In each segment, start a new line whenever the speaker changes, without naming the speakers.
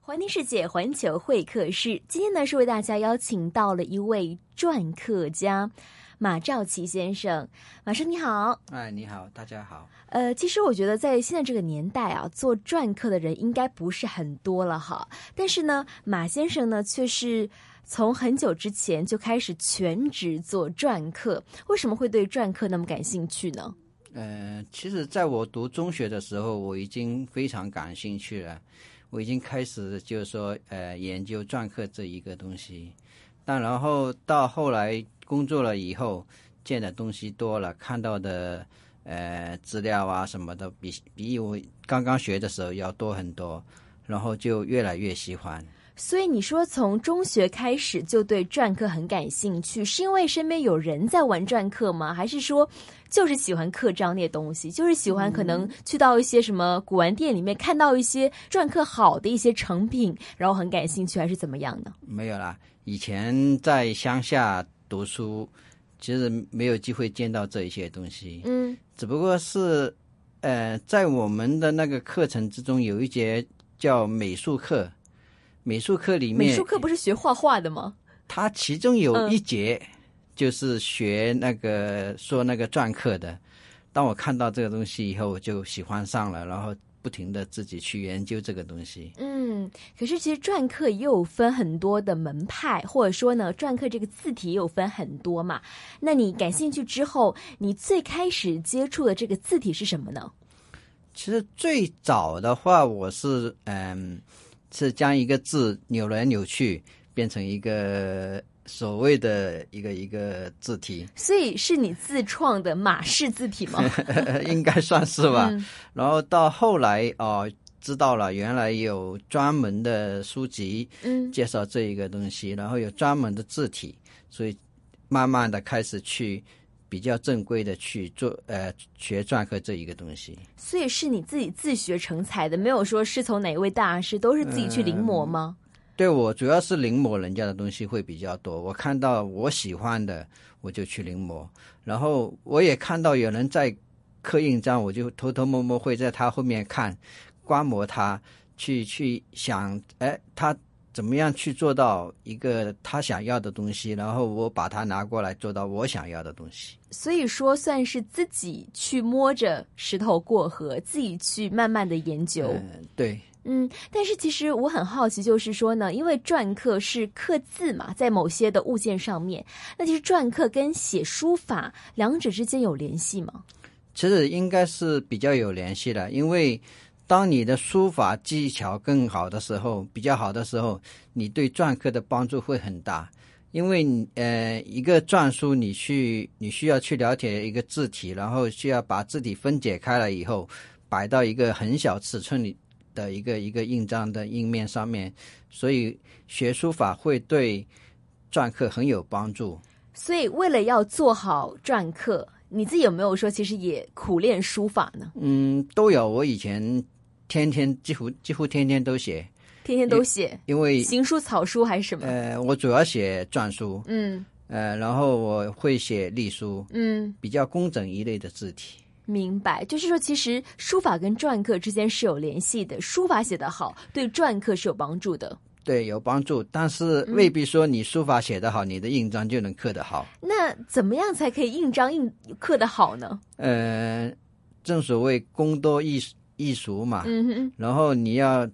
环听世界，环球会客室。今天呢，是为大家邀请到了一位篆刻家马兆奇先生。马生你好，
哎，你好，大家好。
呃，其实我觉得在现在这个年代啊，做篆刻的人应该不是很多了哈。但是呢，马先生呢，却是从很久之前就开始全职做篆刻。为什么会对篆刻那么感兴趣呢？
呃，其实在我读中学的时候，我已经非常感兴趣了，我已经开始就是说呃研究篆刻这一个东西。但然后到后来工作了以后，见的东西多了，看到的呃资料啊什么的，比比我刚刚学的时候要多很多，然后就越来越喜欢。
所以你说从中学开始就对篆刻很感兴趣，是因为身边有人在玩篆刻吗？还是说就是喜欢刻章那些东西，就是喜欢可能去到一些什么古玩店里面看到一些篆刻好的一些成品，然后很感兴趣，还是怎么样呢？
没有啦，以前在乡下读书，其实没有机会见到这一些东西。
嗯，
只不过是，呃，在我们的那个课程之中有一节叫美术课，美术课里面，
美术课嗯不是学画画的吗？
它其中有一节就是学那个、说那个篆刻的。当我看到这个东西以后，我就喜欢上了，然后不停的自己去研究这个东西。
嗯，可是其实篆刻也有分很多的门派，或者说呢，篆刻这个字体也有分很多嘛。那你感兴趣之后，你最开始接触的这个字体是什么呢？
其实最早的话，我是嗯，是将一个字扭来扭去，变成一个所谓的一个一个字体，
所以是你自创的马氏字体 吗？
应该算是吧。
嗯
然后到后来哦、知道了原来有专门的书籍
嗯，
介绍这一个东西，然后有专门的字体，所以慢慢的开始去比较正规的去做呃学篆刻这一个东西。
所以是你自己自学成才的，没有说是从哪一位大师，都是自己去临摹吗？
对我主要是临摹人家的东西会比较多，我看到我喜欢的我就去临摹，然后我也看到有人在刻印章，我就偷偷摸摸会在他后面看，观摩他，去去想，哎，他怎么样去做到一个他想要的东西，然后我把它拿过来做到我想要的东西。
所以说算是自己去摸着石头过河，自己去慢慢的研究。
嗯，对，
嗯，但是其实我很好奇，就是说呢，因为篆刻是刻字嘛，在某些的物件上面，那其实篆刻跟写书法两者之间有联系吗？
其实应该是比较有联系的，因为当你的书法技巧更好的时候，比较好的时候，你对篆刻的帮助会很大。因为你呃，一个篆书，你去你需要去了解一个字体，然后需要把字体分解开了以后，摆到一个很小尺寸里的一个一个印章的印面上面，所以学书法会对篆刻很有帮助。
所以为了要做好篆刻，你自己有没有说其实也苦练书法呢？
嗯，都有。我以前天天几乎几乎天天都写，
天天都写
因为
行书、草书还是什么？
呃，我主要写篆书，
嗯
呃，然后我会写隶书，
嗯，
比较工整一类的字体。
明白。就是说，其实书法跟篆刻之间是有联系的，书法写得好，对篆刻是有帮助的。
对，有帮助，但是未必说你书法写得好，你的印章就能刻得好。
那怎么样才可以印章印刻得好呢？
呃，正所谓工多艺艺熟嘛，
嗯哼。
然后你要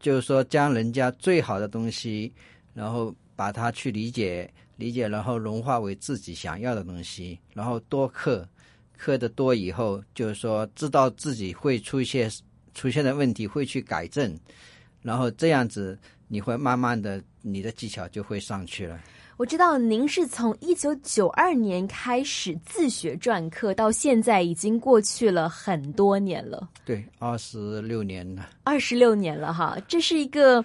就是说将人家最好的东西，然后把它去理解理解，然后融化为自己想要的东西，然后多刻，刻的多以后，就是说知道自己会出现出现的问题会去改正，然后这样子你会慢慢的你的技巧就会上去了。
我知道您是从一九九二年开始自学篆刻，到现在已经过去了很多年了，
对，二十六年了。
二十六年了哈，这是一个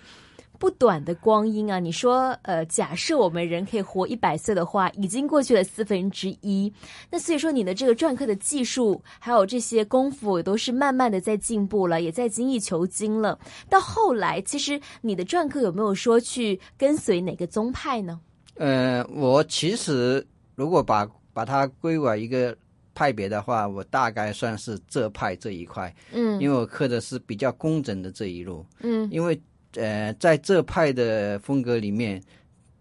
不短的光阴啊！你说，呃，假设我们人可以活一百岁的话，已经过去了四分之一，那所以说你的这个篆刻的技术，还有这些功夫，也都是慢慢的在进步了，也在精益求精了。到后来，其实你的篆刻有没有说去跟随哪个宗派呢？
呃，我其实如果把把它归为一个派别的话，我大概算是浙派这一块，
嗯
因为我刻的是比较工整的这一路。
嗯
因为呃，在这派的风格里面，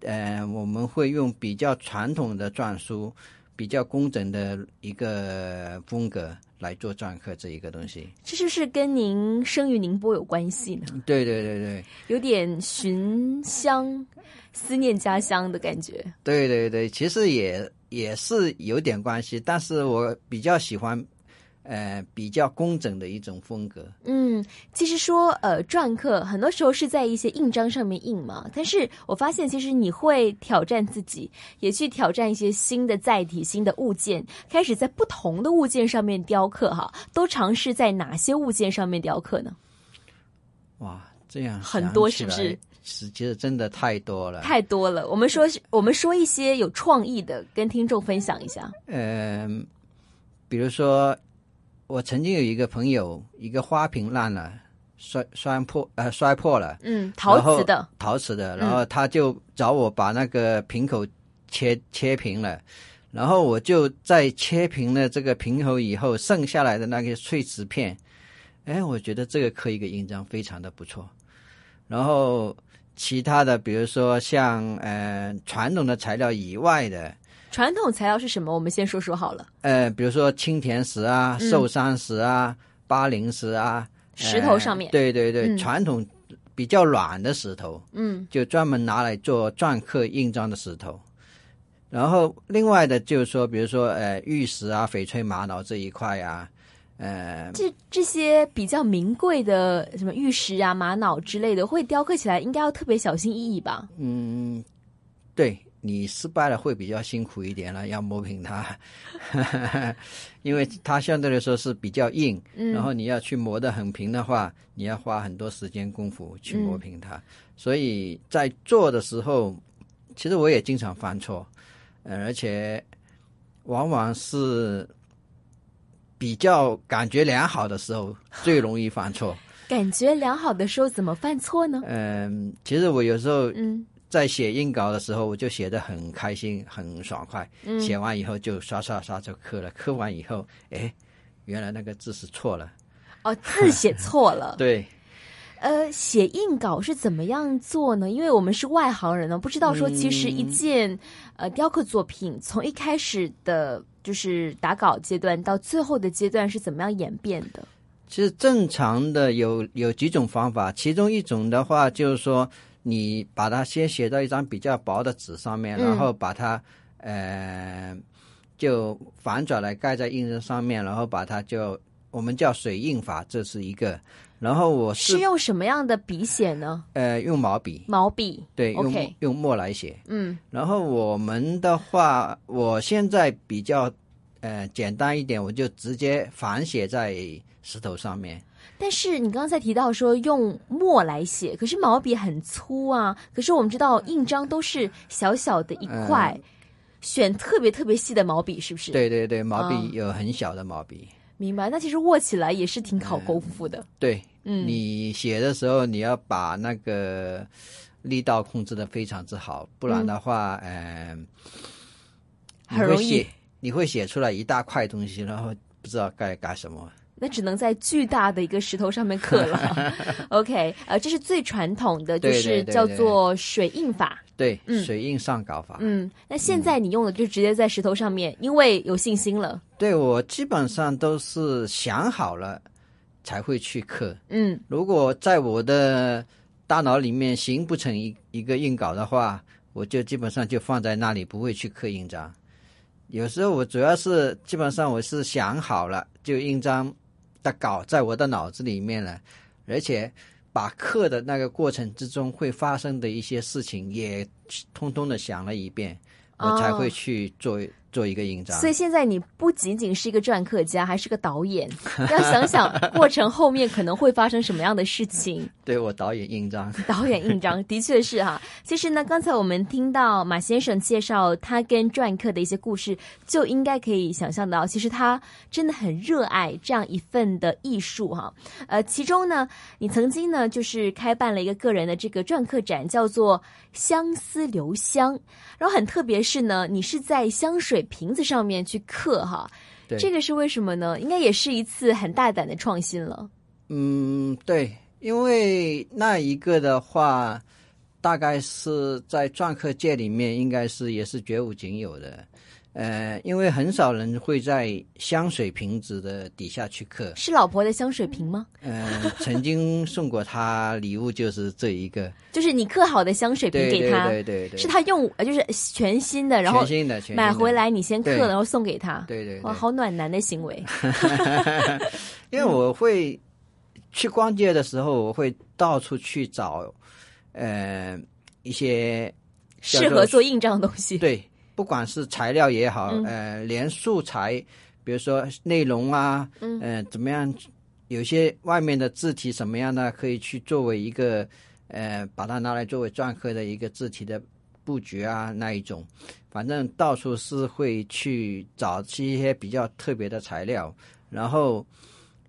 呃，我们会用比较传统的篆书，比较工整的一个风格来做篆刻这一个东西。
这是不是跟您生于宁波有关系呢？
对对对对
有点寻乡、思念家乡的感觉。
对对对，其实也也是有点关系，但是我比较喜欢，呃，比较工整的一种风格。
嗯，其实说呃篆刻很多时候是在一些印章上面印嘛，但是我发现其实你会挑战自己，也去挑战一些新的载体、新的物件，开始在不同的物件上面雕刻哈，都尝试在哪些物件上面雕刻呢？
哇，这样
很
想
多
起
是不
来
是？
是，其实真的太多了。
太多了，我们说我们说一些有创意的，跟听众分享一下。
嗯，比如说，我曾经有一个朋友，一个花瓶烂了，摔摔破呃摔破了，
嗯，陶瓷
然
的
后，陶瓷的，
嗯
然后他就找我把那个瓶口切切平了，然后我就在切平了这个瓶口以后，剩下来的那个碎瓷片，哎，我觉得这个刻一个印章非常的不错。然后其他的，比如说像呃传统的材料以外的，
传统材料是什么？我们先说说好了，
呃，比如说青田石啊、
嗯
寿山石啊、巴林石啊，
石头
呃
上面
对对对，
嗯
传统比较软的石头，
嗯，
就专门拿来做篆刻印章的石头。然后另外的就是说，比如说呃玉石啊、翡翠、玛瑙这一块啊，呃，
这这些比较名贵的什么玉石啊、玛瑙之类的，会雕刻起来应该要特别小心翼翼吧？
嗯，对你失败了会比较辛苦一点了，要磨平它， 因为它相对来说是比较硬，
嗯
然后你要去磨得很平的话，你要花很多时间功夫去磨平它，所以在做的时候，其实我也经常犯错，呃，而且往往是。比较感觉良好的时候，最容易犯错。
感觉良好的时候怎么犯错呢？
嗯，其实我有时候
嗯
在写印稿的时候，我就写得很开心，很爽快。写完以后就刷刷刷就刻了，刻完以后，哎，原来那个字是错了。
哦，字写错了。
呃 对，
呃，写印稿是怎么样做呢？因为我们是外行人呢，不知道说其实一件、
嗯
呃雕刻作品从一开始的就是打稿阶段到最后的阶段是怎么样演变的。
其实正常的有有几种方法，其中一种的话就是说，你把它先写到一张比较薄的纸上面，
嗯
然后把它呃就反转来盖在印章上面，然后把它就我们叫水印法，这是一个。然后我
是
是
用什么样的笔写呢？
呃用毛笔，
毛笔。
对，用
OK
用墨来写。
嗯
然后我们的话，我现在比较呃简单一点，我就直接反写在石头上面。，
但是你刚才提到说用墨来写，可是毛笔很粗啊。可是我们知道印章都是小小的一块，选特别特别细的毛笔是不是？，
哎对对对，毛
啊
笔有很小的毛笔。
明白。那其实握起来也是挺考功夫的。
对，
嗯
你写的时候你要把那个力道控制的非常之好，不然的话，嗯、呃，你
很
会
容易
写，你会写出来一大块东西，然后不知道该干什么。
那只能在巨大的一个石头上面刻 了。OK，呃，这是最传统的，就
对
是
对对
叫
对
做水印法。
对，
嗯
水印上稿法。
嗯，那现在你用的就直接在石头上面，因为有信心了。
对我基本上都是想好了才会去刻。
嗯，
如果在我的大脑里面形不成一一个印稿的话，我就基本上就放在那里，不会去刻印章。有时候我主要是基本上我是想好了，就印章的稿在我的脑子里面了，而且把刻的那个过程之中会发生的一些事情也通通的想了一遍，我才
哦
会去做、做一个印章。
所以现在你不仅仅是一个篆刻家，还是个导演，要想想过程后面可能会发生什么样的事情。
对我导演印章，
导演印章的确是哈、其实呢，刚才我们听到马先生介绍他跟篆刻的一些故事，就应该可以想象到，其实他真的很热爱这样一份的艺术哈、呃，其中呢，你曾经呢就是开办了一个个人的这个篆刻展，叫做“相思留香”，然后很特别是呢，你是在香水瓶子上面去刻哈、
对
这个是为什么呢？应该也是一次很大胆的创新了。
嗯，对，因为那一个的话，大概是在篆刻界里面应该是也是绝无仅有的，呃，因为很少人会在香水瓶子的底下去刻，
是老婆的香水瓶吗？
呃，曾经送过他礼物就是这一个，
就是你刻好的香水瓶
对
给
对
他，
对对对，
是他用呃就是全新的，然后
全新的，全新的
买回，来你先刻
对
了，然后送给他。
对对
哇，
对，
好暖男的行 为。
因为我会去逛街的时候，我会到处去找，呃，一些叫
适合
做
做印章的东西。
对，不管是材料也好，
嗯
呃，连素材，比如说内容啊，嗯、呃，怎么样，有些外面的字体什么样的，可以去作为一个，呃，把它拿来作为篆刻的一个字体的布局啊，那一种，反正到处是会去找一些比较特别的材料，然后。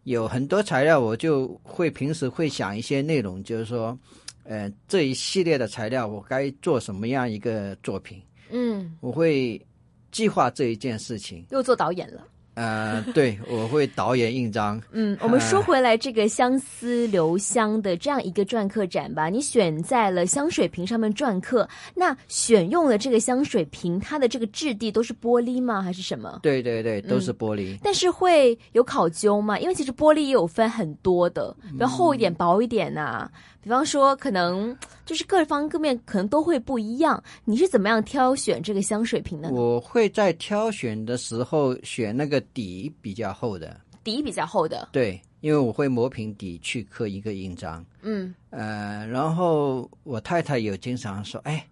有很多材料，我就会平时会想一些内容，就是说，呃，这一系列的材料我该做什么样一个作品？
嗯，
我会计划这一件事情。
又做导演了。
呃，对，我会导演印章。
嗯，我们说回来这个相思留香的这样一个篆刻展吧，你选在了香水瓶上面篆刻，那选用了这个香水瓶，它的这个质地都是玻璃吗？还是什么？
对对对，都是玻璃。
但是会有考究吗？因为其实玻璃也有分很多的，
嗯
比方厚一点、薄一点呐、啊比方说可能就是各方各面可能都会不一样。你是怎么样挑选这个香水瓶的呢？
我会在挑选的时候选那个底比较厚的，
底比较厚的，
对，因为我会磨平底去刻一个印章。
嗯，
呃，然后我太太有经常说：“哎，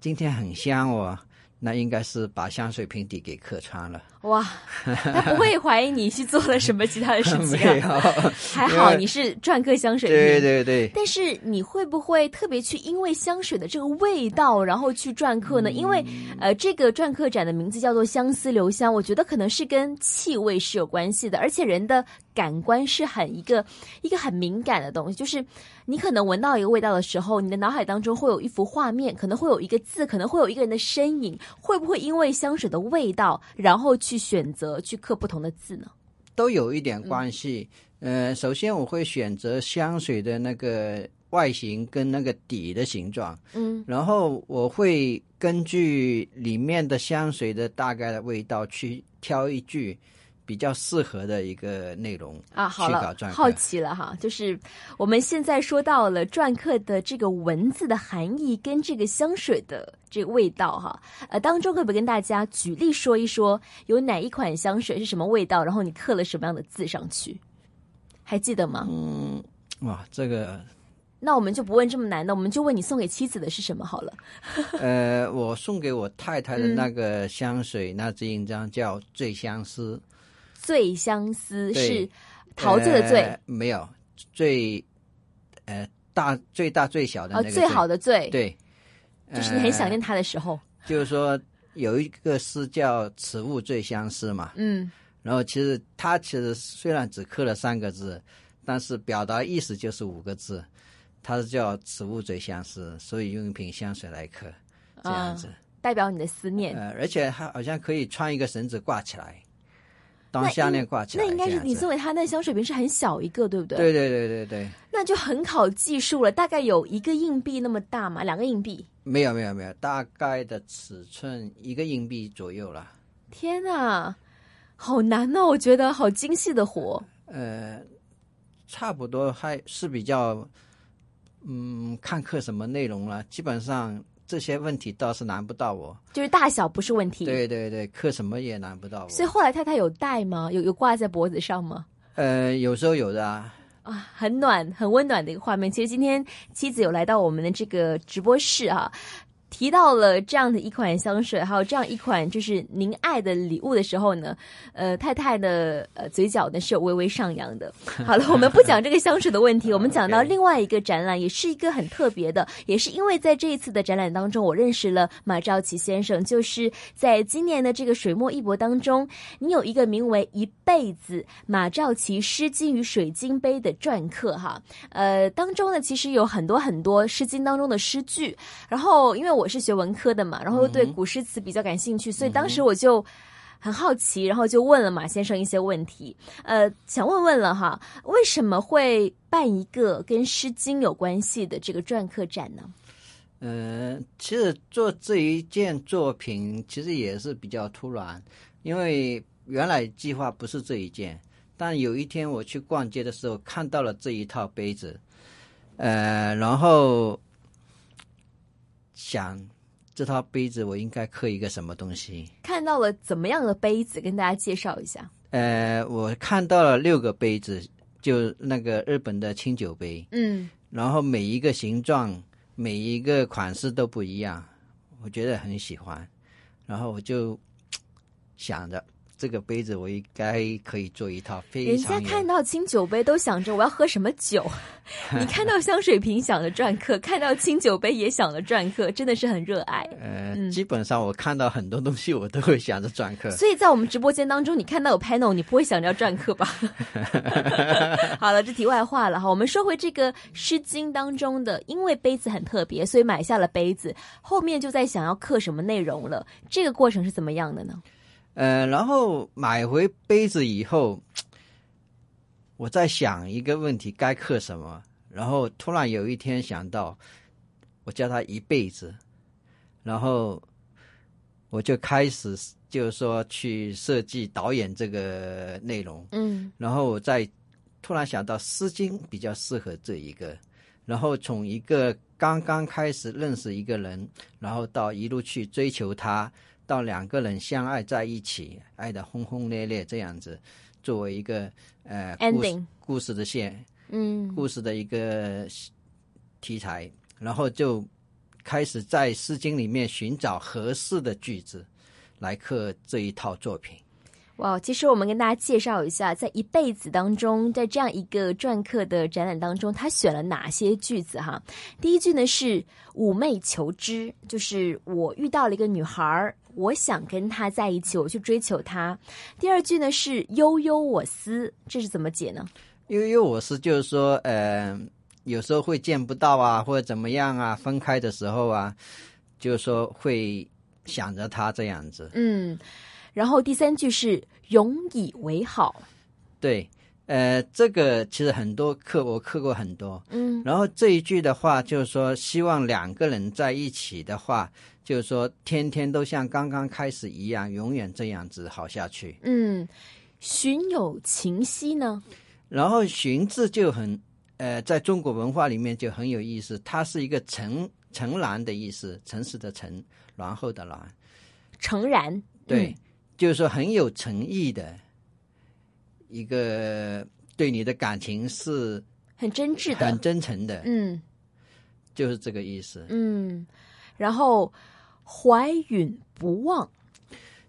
今天很香哦。”那应该是把香水瓶底给刻穿了，
哇，他不会怀疑你去做了什么其他的事情、
没
啊，
有？
还好
因为
你是篆刻香水瓶。
对对对，
但是你会不会特别去因为香水的这个味道，然后去篆刻呢？因为呃，这个篆刻展的名字叫做“相思留香”，我觉得可能是跟气味是有关系的，而且人的感官是很一个一个很敏感的东西，就是你可能闻到一个味道的时候，你的脑海当中会有一幅画面，可能会有一个字，可能会有一个人的身影，会不会因为香水的味道，然后去选择去刻不同的字呢？
都有一
嗯
点关系。呃，首先我会选择香水的那个外形跟那个底的形状，
嗯
然后我会根据里面的香水的大概的味道去挑一句比较适合的一个内容。
啊，好
去
了
搞篆，刻
好奇了哈，就是我们现在说到了篆刻的这个文字的含义跟这个香水的这个味道哈，呃，当中可不可以跟大家举例说一说，有哪一款香水是什么味道，然后你刻了什么样的字上去，还记得吗？
嗯，哇，这个
那我们就不问这么难的，我们就问你送给妻子的是什么好了。
呃，我送给我太太的
嗯
那个香水，那支印章叫《醉相思》。
醉相思
对
是陶醉的醉，啊
呃没有最呃大最大最小的
啊，
那个、
最好的醉，
对，
就是你很想念
呃
他的时候，
就是说有一个诗叫“此物最相思”嘛，
嗯，
然后其实它其实虽然只刻了三个字，但是表达意思就是五个字，它是叫“此物最相思”，所以用一瓶香水来刻这样子。
代表你的思念。
呃，而且它好像可以穿一个绳子挂起来，当
那
项
应
链挂起来
那应该
这
是
样
你
子
送给他那香水瓶是很小一个，对不对？
对对对对对。
那就很考技术了，大概有一个硬币那么大嘛，两个硬币。
没有没有没有，大概的尺寸一个硬币左右了。
天呐，好难哦！我觉得好精细的活，
呃，差不多还是比较，嗯，看课什么内容了。基本上这些问题倒是难不到我。
就是大小不是问题。。
对对对，课什么也难不到
所以
我。
后来太太有戴吗？有有挂在脖子上吗？
呃，有时候有的啊。
啊，很暖、很温暖的一个画面。其实今天妻子有来到我们的这个直播室啊，提到了这样的一款香水，还有这样一款就是您爱的礼物的时候呢，呃，太太的呃嘴角呢是有微微上扬的。好了，我们不讲这个香水的问题，我们讲到
OK
另外一个展览，也是一个很特别的，也是因为在这一次的展览当中，我认识了马兆奇先生，就是在今年的这个水墨一博当中，你有一个名为《一辈子马兆奇诗经与水晶杯》的篆刻哈，呃，当中呢其实有很多很多诗经当中的诗句，然后因为我是学文科的嘛，然后又对古诗词比较感兴趣，所以当时我就。很好奇，然后就问了马先生一些问题。呃，想问问了哈，为什么会办一个跟《诗经》有关系的这个篆刻展呢？
嗯，其实做这一件作品其实也是比较突然，因为原来计划不是这一件，但有一天我去逛街的时候看到了这一套杯子，呃，然后想这套杯子我应该刻一个什么东西。
看到了怎么样的杯子？跟大家介绍一下。
呃，我看到了六个杯子，就那个日本的清酒杯，
嗯，
然后每一个形状、每一个款式都不一样，我觉得很喜欢。然后我就想着这个杯子我应该可以做一套非
人
常
家
有
看到清酒杯都想着我要喝什么酒，你看到香水瓶想着篆刻，看到清酒杯也想着篆刻，真的是很热爱。
呃，基本上我看到很多东西我都会想着篆刻。
所以在我们直播间当中，你看到有 panel，你不会想着要篆刻吧？好了，这题外话了哈。我们说回这个《诗经》当中的，因为杯子很特别，所以买下了杯子，后面就在想要刻什么内容了。这个过程是怎么样的呢？
呃，然后买回杯子以后，我在想一个问题该刻什么，然后突然有一天想到，我叫它一辈子，然后我就开始就是说去设计导演这个内容，
嗯，
然后我再突然想到《诗经》比较适合这一个，然后从一个刚刚开始认识一个人，然后到一路去追求他，到两个人相爱在一起，爱得轰轰烈烈这样子，作为一个呃故事
Ending
故事的线，
嗯，
故事的一个题材，然后就开始在《诗经》里面寻找合适的句子来刻这一套作品。
哇，其实我们跟大家介绍一下，在一辈子当中，在这样一个篆刻的展览当中，他选了哪些句子哈？第一句呢是寤寐求之，就是我遇到了一个女孩儿，我想跟她在一起，我去追求她。第二句呢是悠悠我思，这是怎么解呢？
因为我是就是说，呃，有时候会见不到啊，或者怎么样啊，分开的时候啊，就是说会想着他这样子。
嗯，然后第三句是永以为好，
对，呃，这个其实很多课我课过很多，
嗯
然后这一句的话，就是说希望两个人在一起的话，就是说天天都像刚刚开始一样，永远这样子好下去。
嗯，寻有情兮呢？
然后“荀”字就很，呃，在中国文化里面就很有意思，它是一个诚诚然的意思，诚实的诚，然后的然，
诚然，
对，
嗯
就是说很有诚意的一个对你的感情是
很真挚的，
很真诚的，
嗯。
就是这个意思。
嗯，然后怀允不忘，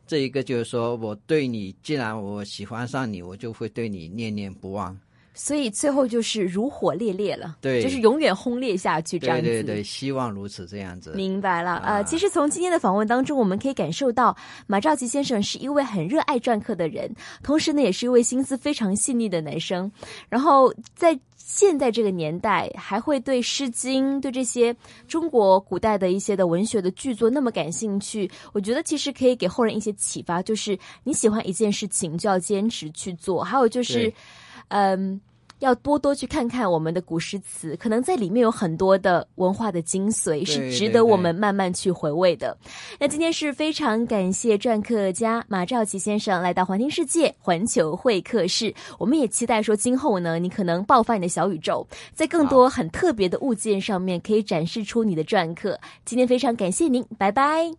这一个就是说我对你，既然我喜欢上你，我就会对你念念不忘。
所以最后就是如火烈烈了，
对
就是永远轰烈下去这样
对
子。
对对，希望如此这样子。
明白了，呃，
啊
其实从今天的访问当中，我们可以感受到马兆吉先生是一位很热爱篆刻的人，同时呢，也是一位心思非常细腻的男生。然后在现在这个年代，还会对《诗经》对这些中国古代的一些的文学的巨作那么感兴趣，我觉得其实可以给后人一些启发，就是你喜欢一件事情就要坚持去做，还有就是
对，
嗯。要多多去看看我们的古诗词，可能在里面有很多的文化的精髓，是
对
值
对
得我
对
们慢慢去回味的。那今天是非常感谢篆刻家马兆奇先生来到环听世界环球会客室，我们也期待说今后呢，你可能爆发你的小宇宙，在更多很特别的物件上面可以展示出你的篆刻。今天非常感谢您，拜拜。